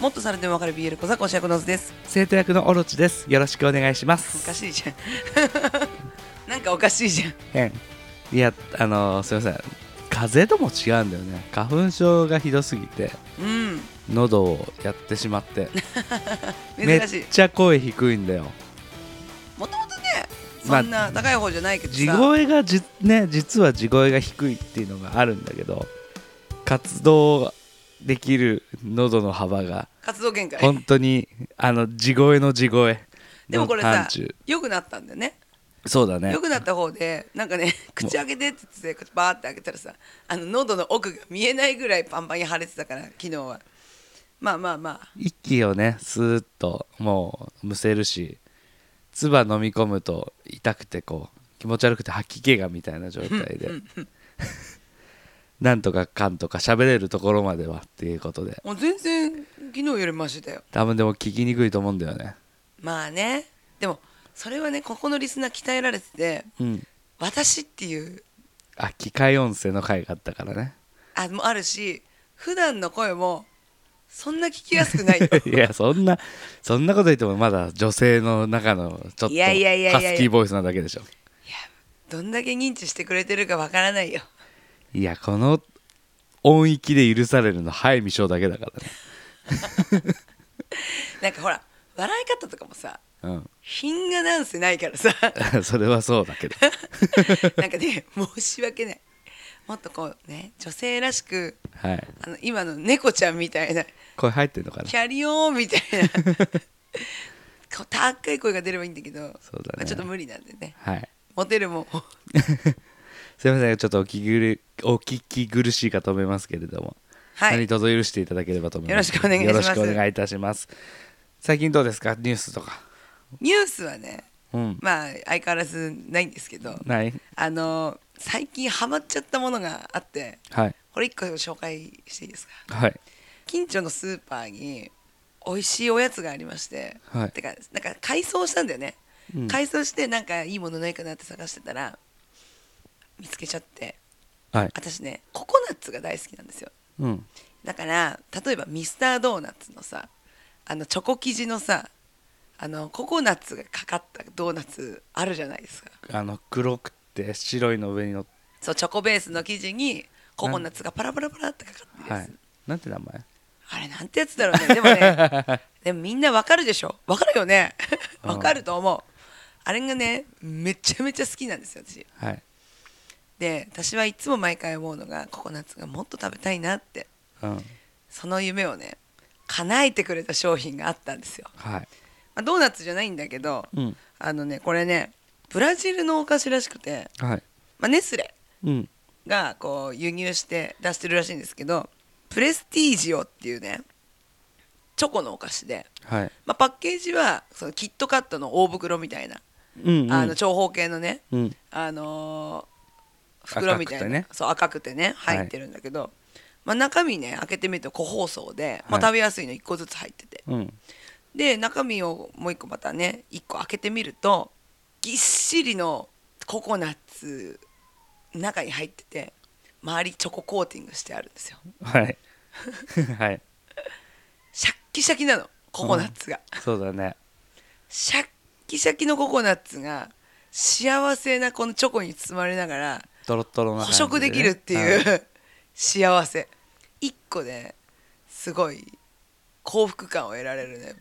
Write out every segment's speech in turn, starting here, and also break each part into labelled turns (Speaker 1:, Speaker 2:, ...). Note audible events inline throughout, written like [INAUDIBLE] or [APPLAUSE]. Speaker 1: もっとされてもわかる BL 小坂おしゃこのずです
Speaker 2: 生徒役のオロチですよろしくお願いしま
Speaker 1: お
Speaker 2: す
Speaker 1: かしいじゃん [LAUGHS] なんかおかしいじゃん
Speaker 2: 変いやあのーすいません風邪とも違うんだよね花粉症がひどすぎて
Speaker 1: うん
Speaker 2: 喉をやってしまってめ
Speaker 1: [LAUGHS] 珍
Speaker 2: っ
Speaker 1: しい
Speaker 2: ちゃ声低いんだよ
Speaker 1: もともとね
Speaker 2: ま
Speaker 1: そ
Speaker 2: あ
Speaker 1: んな高い方じゃないけどさ、
Speaker 2: 地声がじね実は地声が低いっていうのがあるんだけど活動できる喉の幅が
Speaker 1: 活動限界
Speaker 2: 本当にあの地声の地声
Speaker 1: でもこれ
Speaker 2: の範
Speaker 1: さ
Speaker 2: 疇
Speaker 1: 良くなったんだよね
Speaker 2: そうだね
Speaker 1: 良くなった方でなんか
Speaker 2: [LAUGHS]
Speaker 1: ね口開けてって言って口バーって開けたらさあの喉の奥が見えないぐらいパンパンに腫れてたから昨日はまあまあまあ
Speaker 2: 息をねスーッともうむせるし唾飲み込むと痛くてこう気持ち悪くて吐き気がみたいな状態でなんとかかんとか喋れるところまではっていうことで
Speaker 1: もう全然昨日よりマシだよ
Speaker 2: 多分でも聞きにくいと思うんだよね
Speaker 1: まあねでもそれはねここのリスナー鍛えられてて
Speaker 2: うん
Speaker 1: 私っていう
Speaker 2: あ機械音声の回があったからね
Speaker 1: あもあるし普段の声もそんな聞きやすく
Speaker 2: [LAUGHS]
Speaker 1: ないよ
Speaker 2: いやそんなそんなこと言ってもまだ女性の中のちょっと
Speaker 1: いやいやいやいや
Speaker 2: ハスキーボイスなだけでしょ
Speaker 1: どんだけ認知してくれてるかわからないよ
Speaker 2: いやこの音域で許されるのはい未章だけだからね
Speaker 1: なんかほら笑い方とかもさ
Speaker 2: うん
Speaker 1: 品がなんせないから
Speaker 2: [LAUGHS]
Speaker 1: さ
Speaker 2: それはそうだ
Speaker 1: [LAUGHS]
Speaker 2: けど
Speaker 1: なんかね申し訳ないもっとこうね女性らしく
Speaker 2: はい
Speaker 1: あの今の猫ちゃんみたいな
Speaker 2: 声入ってんのかな
Speaker 1: キャリオンみたいなこう高い声が出ればいいんだけど
Speaker 2: そうだね
Speaker 1: まあちょっと無理なんでね
Speaker 2: はい
Speaker 1: モテるもん
Speaker 2: すいませんちょっとお聞き苦お聞き苦しいかと思いますけれども、
Speaker 1: はい
Speaker 2: 何卒許していただければと思います
Speaker 1: よろしくお願いします
Speaker 2: よろしくお願いいたします最近どうですかニュースとか
Speaker 1: ニュースはね
Speaker 2: うん
Speaker 1: まあ相変わらずないんですけど
Speaker 2: ない
Speaker 1: あの最近ハマっちゃったものがあって
Speaker 2: はい
Speaker 1: これ一個紹介していいですか
Speaker 2: はい
Speaker 1: 近所のスーパーに美味しいおやつがありまして、
Speaker 2: はい
Speaker 1: てかなんか改装したんだよね、
Speaker 2: うん
Speaker 1: 改装してなんかいいものないかなって探してたら見つけちゃって
Speaker 2: はい
Speaker 1: 私ねココナッツが大好きなんですよ
Speaker 2: うん
Speaker 1: だから例えばミスタードーナツのさあのチョコ生地のさあのココナッツがかかったドーナツあるじゃないですか
Speaker 2: あの黒くて白いの上に乗って
Speaker 1: そうチョコベースの生地にココナッツがパラパラパラってかかってる
Speaker 2: は
Speaker 1: や
Speaker 2: い
Speaker 1: つ、
Speaker 2: なんて名前
Speaker 1: あれなんてやつだろうねでも
Speaker 2: [LAUGHS]
Speaker 1: ねでもみんなわかるでしょわかるよね
Speaker 2: うん
Speaker 1: わかると思うあれがねめちゃめちゃ好きなんですよ私
Speaker 2: はい
Speaker 1: で私はいつも毎回思うのがココナッツがもっと食べたいなって
Speaker 2: うん
Speaker 1: その夢をね叶えてくれた商品があったんですよ、
Speaker 2: はい
Speaker 1: まあ、ドーナツじゃないんだけど、
Speaker 2: うん
Speaker 1: あのねこれねブラジルのお菓子らしくて、
Speaker 2: はい
Speaker 1: まあ、ネスレ
Speaker 2: うん
Speaker 1: がこう輸入して出してるらしいんですけどプレスティージオっていうねチョコのお菓子で、
Speaker 2: はい
Speaker 1: まあ、パッケージはそのキットカットの大袋みたいな、
Speaker 2: うんうん
Speaker 1: あの長方形のね、
Speaker 2: うん
Speaker 1: あのー袋みたいな
Speaker 2: 赤くてね
Speaker 1: そう赤くてね
Speaker 2: はい
Speaker 1: 入ってるんだけど、まあ、中身ね開けてみると個包装で、まあ、
Speaker 2: はい
Speaker 1: 食べやすいの1個ずつ入ってて、
Speaker 2: うん
Speaker 1: で中身をもう1個またね1個開けてみるとぎっしりのココナッツ中に入ってて周りチョココーティングしてあるんですよ
Speaker 2: はい [LAUGHS] はい
Speaker 1: シャッキシャキなのココナッツが、
Speaker 2: そうだね
Speaker 1: シャッキシャキのココナッツが幸せなこのチョコに包まれながら
Speaker 2: トロットロな
Speaker 1: 捕
Speaker 2: 感じね
Speaker 1: 食できるって
Speaker 2: はい
Speaker 1: いう幸せ1個ですごい幸福感を得られるね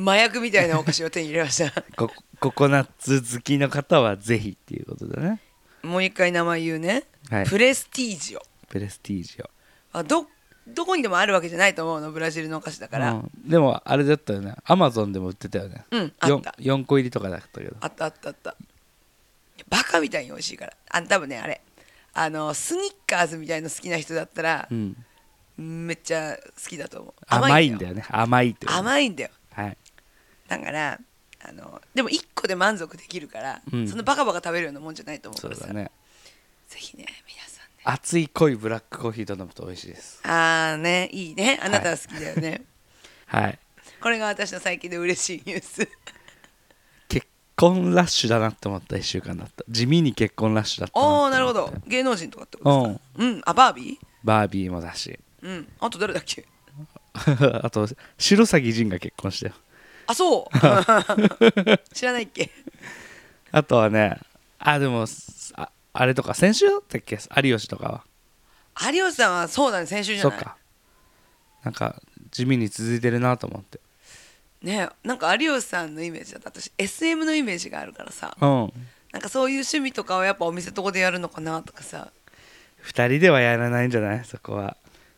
Speaker 1: 麻薬みたいなお菓子を手に入れました
Speaker 2: コココナッツ好きの方はぜひっていうことでね
Speaker 1: もう一回名前言うね、
Speaker 2: はい
Speaker 1: プレスティージオ
Speaker 2: プレスティージオ
Speaker 1: あどどこにでもあるわけじゃないと思うのブラジルのお菓子だから、
Speaker 2: うんでもあれだったよねアマゾンでも売ってたよね
Speaker 1: うんあっ
Speaker 2: 四
Speaker 1: た
Speaker 2: 4個入りとかだったけど
Speaker 1: あったあったあったバカみたいに美味しいからあ多分ねあれあのスニッカーズみたいの好きな人だったら
Speaker 2: う、ん
Speaker 1: めっちゃ好きだと思う
Speaker 2: 甘いん
Speaker 1: よ
Speaker 2: だよね甘いってこと
Speaker 1: 甘いんだよ
Speaker 2: はい
Speaker 1: だからあのでも1個で満足できるから、
Speaker 2: うん
Speaker 1: そんなバカバカ食べるようなもんじゃないと思う
Speaker 2: そ
Speaker 1: か
Speaker 2: う
Speaker 1: らさ、
Speaker 2: だね
Speaker 1: ぜひね皆さんね
Speaker 2: 熱い濃いブラックコーヒーと飲むと美味しいです
Speaker 1: ああねいいねあなたは好きだよね、
Speaker 2: はい
Speaker 1: これが私の最近の嬉しいニュース
Speaker 2: 結婚ラッシュだなって思った1週間だった地味に結婚ラッシュだった
Speaker 1: おおな
Speaker 2: って
Speaker 1: る
Speaker 2: 思
Speaker 1: ほ
Speaker 2: った
Speaker 1: ど芸能人とかってことですかうん、あバービ
Speaker 2: バービーもだし [LAUGHS]
Speaker 1: ーうんあと誰だっけ
Speaker 2: あと白崎仁が結婚したよ
Speaker 1: あそう
Speaker 2: [LAUGHS]
Speaker 1: 知らないっけ
Speaker 2: あとはねあでもああれとか先週だったっけ有吉とかは
Speaker 1: 有吉さんはそうだね先週じゃ
Speaker 2: そ
Speaker 1: な
Speaker 2: っ
Speaker 1: い
Speaker 2: かなんか地味に続いてるなと思って
Speaker 1: ねなんか有吉さんのイメージだった私 SM のイメージがあるからさ
Speaker 2: うん
Speaker 1: なんかそういう趣味とかをやっぱお店とこでやるのかなとかさ
Speaker 2: 2人ではやらないんじゃないそこは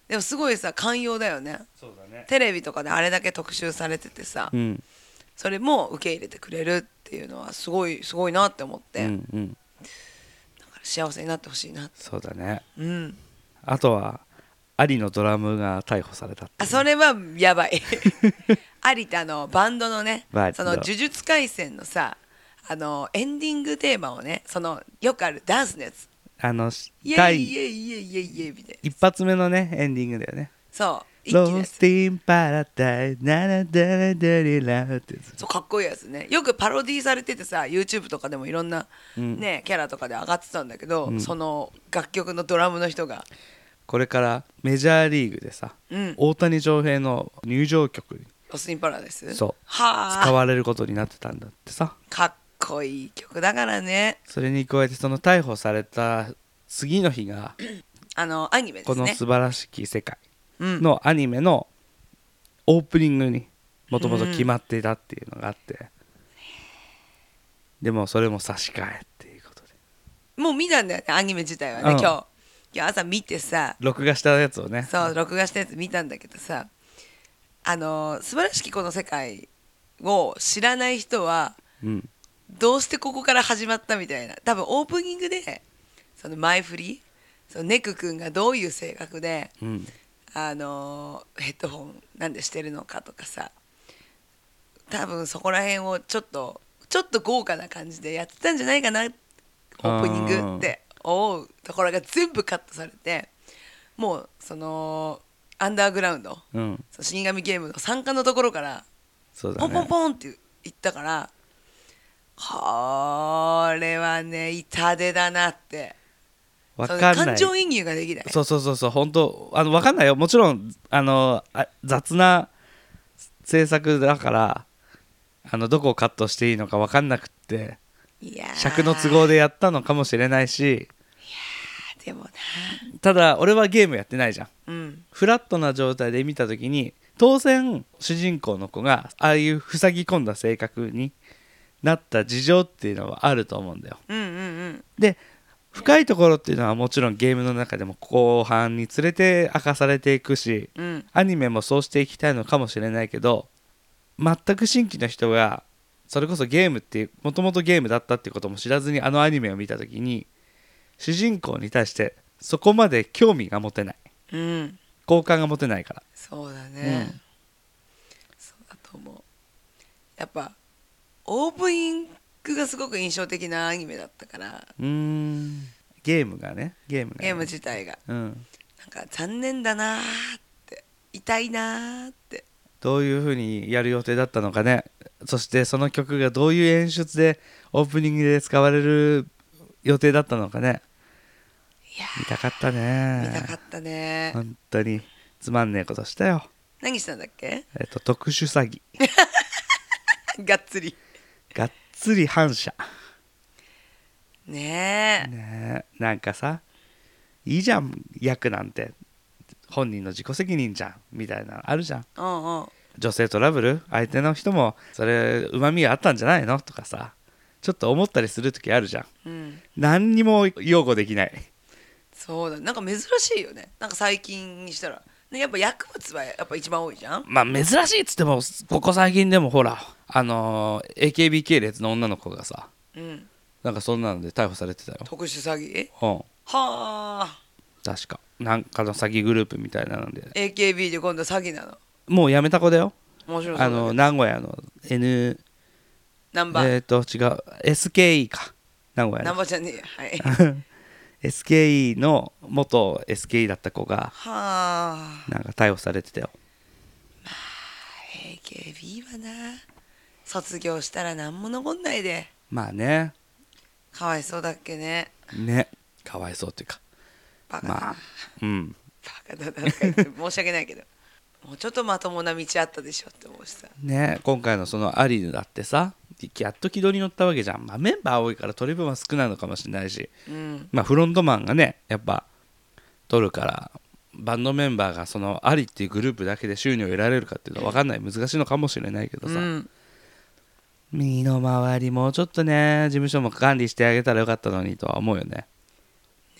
Speaker 1: でもすごいさ寛容だよね
Speaker 2: そうだね
Speaker 1: テレビとかであれだけ特集されててさ、
Speaker 2: うん
Speaker 1: それも受け入れてくれるっていうのはすごいすごいなって思って、
Speaker 2: うんうん
Speaker 1: だから幸せになってほしいな
Speaker 2: そうだね
Speaker 1: うん
Speaker 2: あとはアリのドラムが逮捕されたって
Speaker 1: あ
Speaker 2: いう
Speaker 1: それはやばい [LAUGHS] 有田のバンドのね
Speaker 2: バンド
Speaker 1: その呪術廻戦のさあのエンディングテーマをねそのよくあるダンスのやつ
Speaker 2: あのし
Speaker 1: イエイイ
Speaker 2: 第
Speaker 1: エイイエイイエイイエイみたいな
Speaker 2: 一発目のねエンディングだよね
Speaker 1: そう一
Speaker 2: ロ
Speaker 1: 気で
Speaker 2: ー
Speaker 1: す
Speaker 2: スティンパラダイスナナダラダリラってやつ
Speaker 1: そうかっこいいやつねよくパロディーされててさ YouTube とかでもいろんな、
Speaker 2: うん
Speaker 1: ねキャラとかで上がってたんだけど、
Speaker 2: うん
Speaker 1: その楽曲のドラムの人が
Speaker 2: これからメジャーリーグでさ、
Speaker 1: うん
Speaker 2: 大谷翔平の入場曲に
Speaker 1: 「ロスインパラダイス」
Speaker 2: そう
Speaker 1: は
Speaker 2: 使
Speaker 1: あ
Speaker 2: われることになってたんだってさ
Speaker 1: かっこいい曲だからね
Speaker 2: それに加えてその逮捕された次の日が
Speaker 1: あのアニメで
Speaker 2: こ
Speaker 1: す
Speaker 2: の「
Speaker 1: ね
Speaker 2: 素晴らしき世界」
Speaker 1: うん
Speaker 2: のアニメのオープニングにもともと決まっていたっていうのがあってでもそれも差し替えっていうことで
Speaker 1: もう見たんだよねアニメ自体はね、
Speaker 2: うん
Speaker 1: 今日今日朝見てさ
Speaker 2: 録画したやつをね
Speaker 1: そう録画したやつ見たんだけどさあの素晴らしきこの世界を知らない人は
Speaker 2: うん
Speaker 1: どうしてここから始まったみたいな多分オープニングでその前振りそのネク君がどういう性格で
Speaker 2: うん
Speaker 1: あのーヘッドホンなんでしてるのかとかさ多分そこら辺をちょっとちょっと豪華な感じでやってたんじゃないかなオープニングって思うところが全部カットされてもうそのアンダーグラウンド
Speaker 2: うん
Speaker 1: その死神ゲームの参加のところから
Speaker 2: そうだ
Speaker 1: ポンポン
Speaker 2: ね
Speaker 1: ポンって言ったからこれはね痛手だなって
Speaker 2: わかん
Speaker 1: その
Speaker 2: な
Speaker 1: 感
Speaker 2: い
Speaker 1: 情移入ができない
Speaker 2: そうそうそうそう本当あのわかんないよもちろんあのあ雑な制作だからあのどこをカットしていいのかわかんなくって
Speaker 1: いやー
Speaker 2: 尺の都合でやったのかもしれないし
Speaker 1: でもな
Speaker 2: ただ俺はゲームやってないじゃん
Speaker 1: うん
Speaker 2: フラットな状態で見た時に当然主人公の子がああいう塞ぎ込んだ性格になった事情っていうのはあると思うんだよ
Speaker 1: うんうんうん
Speaker 2: で深いところっていうのはもちろんゲームの中でも後半につれて明かされていくし
Speaker 1: うん
Speaker 2: アニメもそうしていきたいのかもしれないけど全く新規の人がそれこそゲームっていうもともとゲームだったってことも知らずにあのアニメを見た時に主人公に対してそこまで興味が持てない
Speaker 1: うん
Speaker 2: 好感が持てないから
Speaker 1: そうだね、
Speaker 2: うん
Speaker 1: そうだと思うやっぱオープニングがすごく印象的なアニメだったから
Speaker 2: うーんゲームがねゲームがね、
Speaker 1: ゲーム自体が
Speaker 2: うん、
Speaker 1: なんか残念だなーって痛いなーって
Speaker 2: どういう風にやる予定だったのかねそしてその曲がどういう演出でオープニングで使われる予定だったのかね
Speaker 1: いや
Speaker 2: 見たかったね
Speaker 1: 見たかったね
Speaker 2: [LAUGHS] 本当につまんねえことしたよ
Speaker 1: 何したんだっけ
Speaker 2: えっと特殊詐欺
Speaker 1: がっつり
Speaker 2: がっつり反射
Speaker 1: ねえ
Speaker 2: ねえなんかさいいじゃん役なんて本人の自己責任じゃんみたいなのあるじゃん
Speaker 1: うんうん
Speaker 2: 女性トラブル相手の人もそれうまみがあったんじゃないのとかさちょっと思ったりする時あるじゃん
Speaker 1: うん
Speaker 2: 何にも擁護できない
Speaker 1: そうだなんか珍しいよねなんか最近にしたら、ね、やっぱ薬物はやっぱ一番多いじゃん
Speaker 2: まあ珍しいっつってもここ最近でもほらあのー AKB 系列の女の子がさ
Speaker 1: うん
Speaker 2: なんかそんなので逮捕されてたよ
Speaker 1: 特殊詐欺
Speaker 2: うん
Speaker 1: はあ
Speaker 2: 確かなんかの詐欺グループみたいなので
Speaker 1: AKB で今度詐欺なのも
Speaker 2: もうやめた子だよ
Speaker 1: 面白そうだ
Speaker 2: あ
Speaker 1: けど
Speaker 2: の名古屋の N
Speaker 1: ナ
Speaker 2: え
Speaker 1: ン
Speaker 2: っ、
Speaker 1: バー、
Speaker 2: と違う SKE か名古屋
Speaker 1: ナ
Speaker 2: の
Speaker 1: ンバーじゃねえやはい
Speaker 2: [LAUGHS] SKE の元 SKE だった子が
Speaker 1: はあ
Speaker 2: なんか逮捕されてたよ
Speaker 1: AKB はな卒業したら何も残んないで
Speaker 2: まあね
Speaker 1: かわいそうだっけね
Speaker 2: ねかわいそうっていうか
Speaker 1: バカだな、
Speaker 2: まあうん
Speaker 1: バカだなとか言って申し訳ないけどもうちょっとまともな道あったでしょって思うしさ
Speaker 2: ね今回のそのアリーだってさやっと軌道に乗ったわけじゃん、まあ、メンバー多いから取り分は少ないのかもしれないし、
Speaker 1: うん
Speaker 2: まあ、フロントマンがねやっぱ取るからバンドメンバーがそのアリっていうグループだけで収入を得られるかっていうのは分かんない難しいのかもしれないけど
Speaker 1: う
Speaker 2: さ、
Speaker 1: ん
Speaker 2: 身の回りもうちょっとね事務所も管理してあげたらよかったのにとは思うよね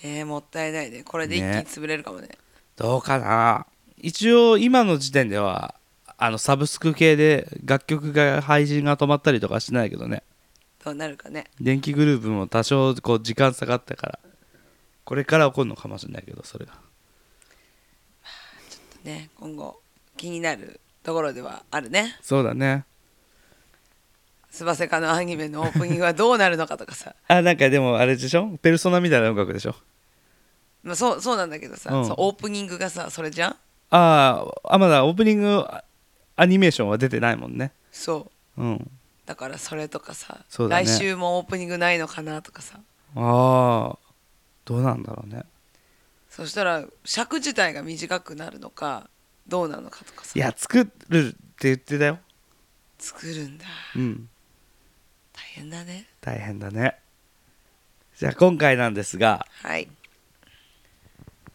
Speaker 1: ねえもったいないねこれで一気に
Speaker 2: ね
Speaker 1: 潰れるかもね
Speaker 2: どうかな一応今の時点ではあのサブスク系で楽曲が配信が止まったりとかはしてないけどね
Speaker 1: どうなるかね
Speaker 2: 電気グループも多少こう時間差があったからこれから起こるのかもしれないけどそれが
Speaker 1: ね今後気になるところではあるね
Speaker 2: そうだね
Speaker 1: スバセカのアニメのオープニングはどうなるのかとかさ
Speaker 2: あなんかでもあれでしょペルソナみたいな音楽でしょ
Speaker 1: まあそうそうなんだけどさ、
Speaker 2: うん
Speaker 1: そうオープニングがさそれじゃん
Speaker 2: あーあまだオープニングあアニメーションは出てないもんね
Speaker 1: そう
Speaker 2: うん
Speaker 1: だからそれとかさ、
Speaker 2: そうだね
Speaker 1: 来週もオープニングないのかなとかさ
Speaker 2: ああどうなんだろうね
Speaker 1: そしたら尺自体が短くなるのかどうなのかとかさ
Speaker 2: いや作るって言ってたよ
Speaker 1: 作るんだ
Speaker 2: うん
Speaker 1: 大変だね
Speaker 2: 大変だねじゃあ今回なんですが
Speaker 1: はい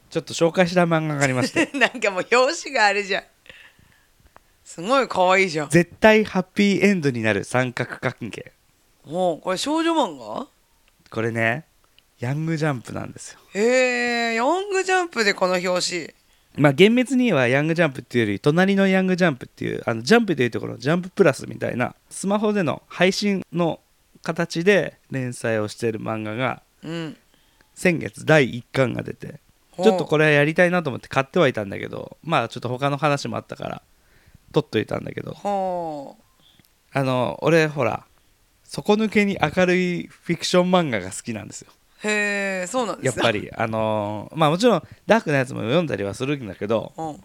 Speaker 2: ちょっと紹介したい漫画がありまして [LAUGHS]
Speaker 1: [LAUGHS] なんかもう表紙があれじゃんすごい可愛いじゃん
Speaker 2: 絶対ハッピーエンドになる三角関係
Speaker 1: もうこれ少女漫画
Speaker 2: これねヤングジャンプなんですよ
Speaker 1: へえヤングジャンプでこの表
Speaker 2: まあ厳密にはヤングジャンプっていうより隣のヤングジャンプっていうあのジャンプでいうところのジャンププラスみたいなスマホでの配信の形で連載をしている漫画が
Speaker 1: 紙うん
Speaker 2: 先月第1巻が出て
Speaker 1: ほう
Speaker 2: ちょっとこれやりたいなと思って買ってはいたんだけどまあちょっと他の話もあったから取っといたんだけど
Speaker 1: ほ
Speaker 2: あの俺ほら底抜けに明るいフィクション漫画が好きなんですよ
Speaker 1: うへえそうなんで
Speaker 2: やっ
Speaker 1: すね
Speaker 2: ぱりあのーまあもちろんダークなやつも読んだりはするんだけど
Speaker 1: うん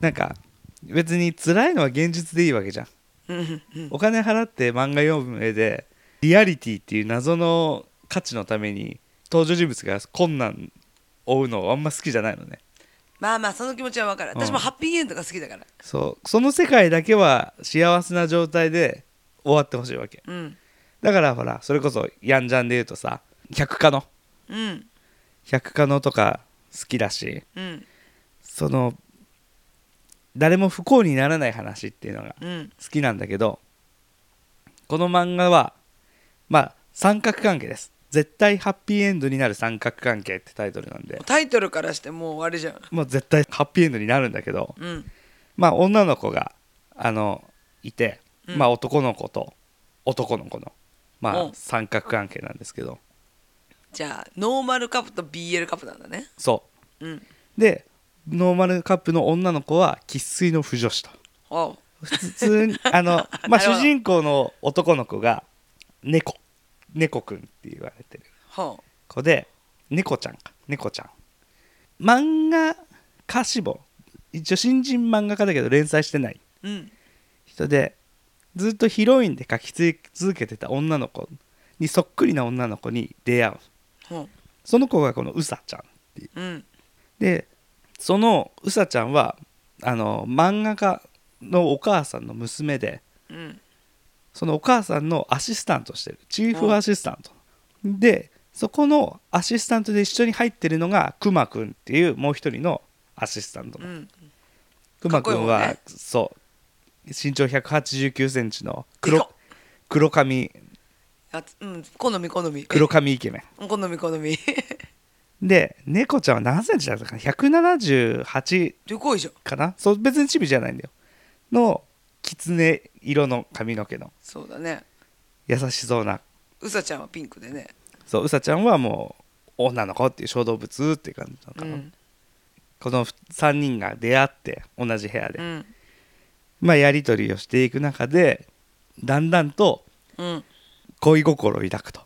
Speaker 2: なんか別に辛いのは現実でいいわけじゃん
Speaker 1: うんうん
Speaker 2: お金払って漫画読む上でリアリティっていう謎の価値のために登場人物が困難を追うのあんま好きじゃないのね
Speaker 1: まあまあその気持ちは分かる
Speaker 2: うん
Speaker 1: 私もハッピーエンドが好きだから
Speaker 2: そうその世界だけは幸せな状態で終わってほしいわけ
Speaker 1: うん
Speaker 2: だからほらそれこそヤンジャンで言うとさ百科の
Speaker 1: うん
Speaker 2: 百科のとか好きだし
Speaker 1: うん
Speaker 2: その誰も不幸にならない話っていうのが
Speaker 1: うん
Speaker 2: 好きなんだけどこの漫画はまあ三角関係です絶対ハッピーエンドになる三角関係ってタイトルなんで
Speaker 1: タイトルからしてもうあれじゃん
Speaker 2: もう絶対ハッピーエンドになるんだけど
Speaker 1: うん
Speaker 2: まあ女の子があのいて、
Speaker 1: うん
Speaker 2: まあ男の子と男の子のま
Speaker 1: う
Speaker 2: あ
Speaker 1: ん
Speaker 2: 三角関係なんですけど
Speaker 1: じゃあノーマルカップと BL カップなんだね
Speaker 2: そ
Speaker 1: うん
Speaker 2: うでノーマルカップの女の子は生粋の腐女子と
Speaker 1: おう
Speaker 2: 普
Speaker 1: [LAUGHS]
Speaker 2: 通にあの、ま
Speaker 1: な
Speaker 2: あ、
Speaker 1: るほど
Speaker 2: 主人公の男の子が猫猫くんって言われてる
Speaker 1: ほ
Speaker 2: 子で猫ちゃんか猫ちゃん漫画家志望一応新人漫画家だけど連載してないう
Speaker 1: うん
Speaker 2: 人でずっとヒロインで描き続けてた女の子にそっくりな女の子に出会う
Speaker 1: ほ
Speaker 2: その子がこのうさちゃんっていう
Speaker 1: ううん
Speaker 2: でそのうさちゃんはあの漫画家のお母さんの娘で
Speaker 1: うん
Speaker 2: そのお母さんのアシスタントをしてるチーフアシスタント、でそこのアシスタントで一緒に入ってるのがくまくんっていうもう一人のアシスタント
Speaker 1: うん
Speaker 2: くまく
Speaker 1: かっこ
Speaker 2: ん
Speaker 1: いいもん
Speaker 2: は、
Speaker 1: ね
Speaker 2: そう身長1 8 9ンチの
Speaker 1: 黒
Speaker 2: 黒黒髪
Speaker 1: あうん好み好み
Speaker 2: 黒髪イケメ
Speaker 1: え好み好み [LAUGHS]
Speaker 2: ンで猫ちゃんは何センチだったかな178
Speaker 1: 旅行いじゃん
Speaker 2: かなそう別にチビじゃないんだよの狐色の髪の毛の
Speaker 1: そうだね
Speaker 2: 優しそうな
Speaker 1: うさちゃんはピンクでね
Speaker 2: そううさちゃんはもう女の子っていう小動物っていう感じな
Speaker 1: う
Speaker 2: のかな、
Speaker 1: ん
Speaker 2: この3人が出会って同じ部屋で、
Speaker 1: うん
Speaker 2: まあやり取りをしていく中でだんだんと
Speaker 1: うん
Speaker 2: 恋心を抱くと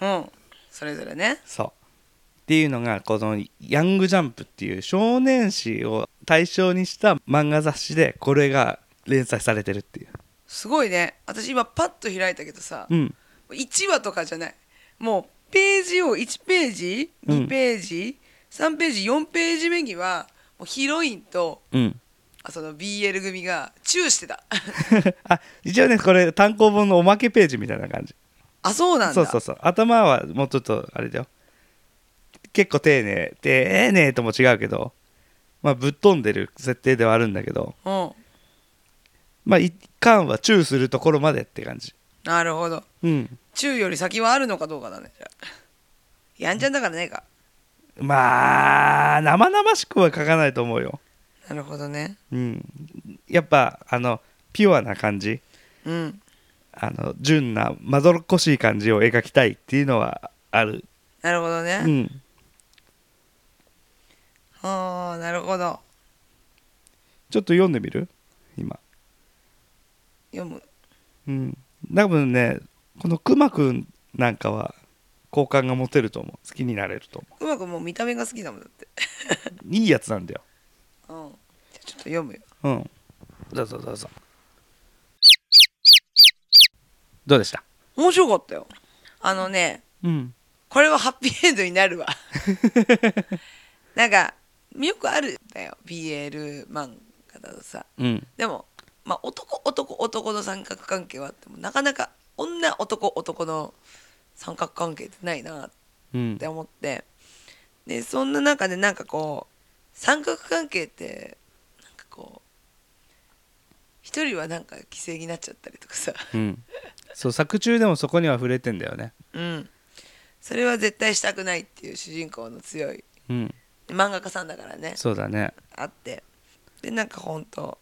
Speaker 1: うんそれぞれね
Speaker 2: そうっていうのがこの「ヤングジャンプ」っていう少年誌を対象にした漫画雑誌でこれが連載されてるっていう
Speaker 1: すごいね私今パッと開いたけどさ
Speaker 2: うん
Speaker 1: 1話とかじゃないもうページを1ページ
Speaker 2: うん
Speaker 1: 2ページ3ページ4ページ目にはもうヒロインと
Speaker 2: うん [LAUGHS]
Speaker 1: その BL 組がチューしてた [LAUGHS]
Speaker 2: あ一応ねこれ単行本のおまけページみたいな感じ
Speaker 1: あそうなんだ
Speaker 2: そうそうそう頭はもうちょっとあれだよ結構丁寧丁寧とも違うけど、まあ、ぶっ飛んでる設定ではあるんだけど、
Speaker 1: うん
Speaker 2: まあ、一巻はチューするところまでって感じ
Speaker 1: なるほど
Speaker 2: うん
Speaker 1: チューより先はあるのかどうかだねじゃあやんちゃんだからねえか
Speaker 2: まあ生々しくは書かないと思うよ、
Speaker 1: なるほどね
Speaker 2: うん、やっぱあのピュアな感じ
Speaker 1: うん
Speaker 2: あの純なまどろっこしい感じを描きたいっていうのはある、
Speaker 1: なるほどね、
Speaker 2: うん、
Speaker 1: ああなるほど
Speaker 2: ちょっと読んでみる今、
Speaker 1: 読む
Speaker 2: うん、多分ねこのくまくんなんかは好感が持てると思う好きになれると
Speaker 1: う
Speaker 2: 思
Speaker 1: まくもう見た目が好きだもんだって
Speaker 2: ういいやつなんだよ
Speaker 1: うんじゃあちょっと読むよ
Speaker 2: うんどうぞどうぞどうでした
Speaker 1: 面白かったよあのね
Speaker 2: うん
Speaker 1: これはハッピーエンドになるわ [LAUGHS] なんかよくあるんだよ BL 漫画だとさ
Speaker 2: うん
Speaker 1: でも、まあ、男男男の三角関係はあってもなかなか女男男の三角関係ってないなっ
Speaker 2: うん
Speaker 1: って思ってでそんな中でなんかこう三角関係ってなんかこう一人はなんか犠牲になっちゃったりとかさ、
Speaker 2: うんそう作中でもそこには触れてんだよね
Speaker 1: うん、それは絶対したくないっていう主人公の強い
Speaker 2: うん
Speaker 1: 漫画家さんだからね
Speaker 2: そうだね
Speaker 1: あってでなんかほんと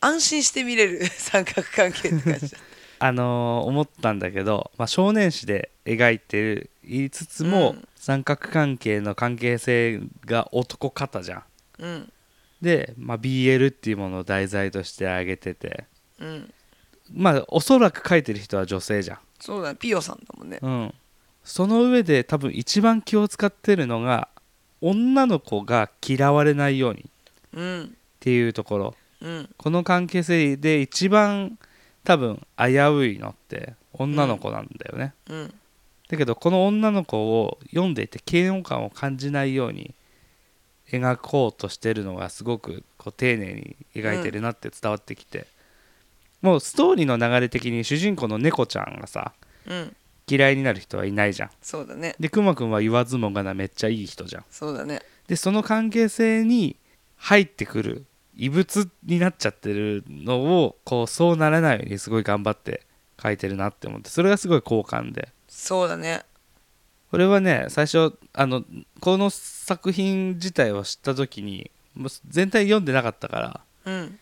Speaker 1: 安心して見れる [LAUGHS] 三角関係って感じだっ
Speaker 2: あのー思ったんだけど、まあ、少年誌で描いてる言いつつも、
Speaker 1: うん
Speaker 2: 三角関係の関係性が男方じゃん
Speaker 1: [LAUGHS] たうん
Speaker 2: で、まあ、BL っていうものを題材として挙げてて
Speaker 1: うん
Speaker 2: まあおそらく書いてる人は女性じゃん
Speaker 1: そうだねピオさんだもんね
Speaker 2: うんその上で多分一番気を使ってるのが女の子が嫌われないようにっ
Speaker 1: うん
Speaker 2: ていうところ
Speaker 1: うん
Speaker 2: この関係性で一番多分危ういのって女の子なんだよね、
Speaker 1: うん
Speaker 2: だけどこの女の子を読んでいて嫌悪感を感じないように描こうとしてるのがすごくこう丁寧に描いてるなって伝わってきて、もうストーリーの流れ的に主人公の猫ちゃんがさ
Speaker 1: うん
Speaker 2: 嫌いになる人はいないじゃん
Speaker 1: そうだね
Speaker 2: でくまくんは言わずもがなめっちゃいい人じゃん
Speaker 1: そうだね
Speaker 2: でその関係性に入ってくる異物になっちゃってるのをこうそうならないようにすごい頑張って書いてるなって思ってそれがすごい好感で
Speaker 1: そうだね
Speaker 2: これはね最初あのこの作品自体を知った時にもう全体読んでなかったから
Speaker 1: うん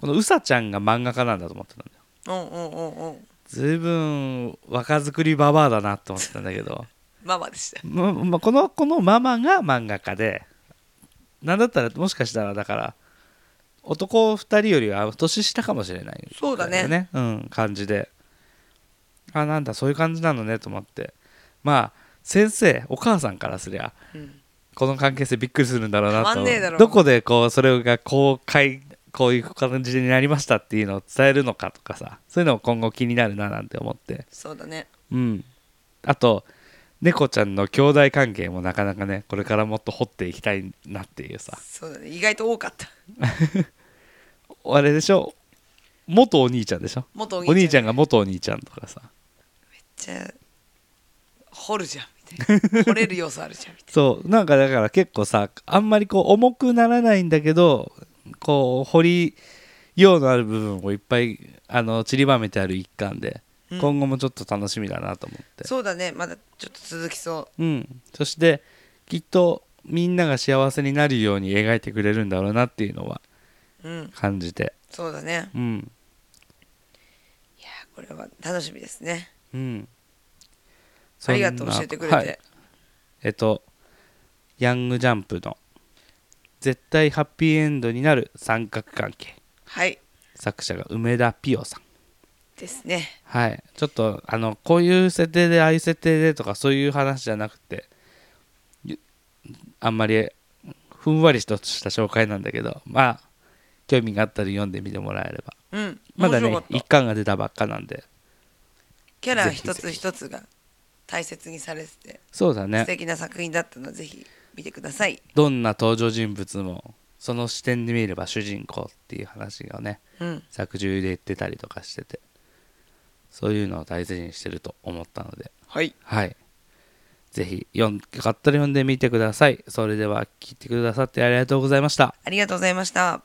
Speaker 2: このうさちゃんが漫画家なんだと思ってたんだよ
Speaker 1: うんうんうんうん
Speaker 2: 随分若作りババアだなと思ってたんだけど、
Speaker 1: ママでした
Speaker 2: ままこのこのママが漫画家でなんだったらもしかしたらだから男2人よりは年下かもしれない
Speaker 1: そうだね
Speaker 2: うん、感じであなんだそういう感じなのねと思ってまあ先生お母さんからすりゃ
Speaker 1: うん
Speaker 2: この関係性びっくりするんだろうな
Speaker 1: た
Speaker 2: と
Speaker 1: まんねえだろう
Speaker 2: どこでこうそれが公開こういう感じになりましたっていうのを伝えるのかとかさそういうのも今後気になるななんて思って
Speaker 1: そうだね
Speaker 2: うんあと猫ちゃんの兄弟関係もなかなかねこれからもっと掘っていきたいなっていうさ
Speaker 1: そうだね意外と多かった
Speaker 2: あれでしょ元お兄ちゃんでしょ
Speaker 1: 元お
Speaker 2: お兄ちゃ
Speaker 1: ん
Speaker 2: んが元お兄ちゃんとかさ
Speaker 1: じゃあ掘るじゃんみたいな掘れる要素ある [LAUGHS] じゃんみたい
Speaker 2: そうなんかだから結構さあんまりこう重くならないんだけどこう掘りようのある部分をいっぱいあの散りばめてある一環で、
Speaker 1: うん
Speaker 2: 今後もちょっと楽しみだなと思って、
Speaker 1: なそうだねまだちょっと続きそう
Speaker 2: ん、そしてきっとみんなが幸せになるように描いてくれるんだろうなっていうのは
Speaker 1: ううん
Speaker 2: 感じて
Speaker 1: そうだね
Speaker 2: うん
Speaker 1: いやーこれは楽しみですね
Speaker 2: うん
Speaker 1: ありがとう教えてくれて、
Speaker 2: はいえっと、ヤングジャンプの絶対ハッピーエンドになる三角関係。
Speaker 1: はい
Speaker 2: 作者が梅田ピオさん。
Speaker 1: ですね
Speaker 2: はい。ちょっと、あの、こういう設定で、ああいう設定でとか、そういう話じゃなくて、ゆあんまり、ふんわりとした紹介なんだけど、まあ、興味があったら読んでみてもらえれば。
Speaker 1: うん
Speaker 2: まだ
Speaker 1: 面
Speaker 2: ね
Speaker 1: 白、かっ
Speaker 2: 一
Speaker 1: た
Speaker 2: 巻が出たばっかなんで。
Speaker 1: キャラ
Speaker 2: ぜひぜ
Speaker 1: 一
Speaker 2: ひ
Speaker 1: つ一つが大切にされてて
Speaker 2: そうだ
Speaker 1: 素
Speaker 2: ね。
Speaker 1: 敵な作品だったのでぜひ見てください
Speaker 2: どんな登場人物もその視点で見れば主人公っていう話がね
Speaker 1: うん
Speaker 2: 作中で言ってたりとかしててそういうのを大事にしてると思ったので
Speaker 1: はい
Speaker 2: はいぜひ読ん買ったら読んでみてくださいそれでは聞いてくださってありがとうございました
Speaker 1: ありがとうございました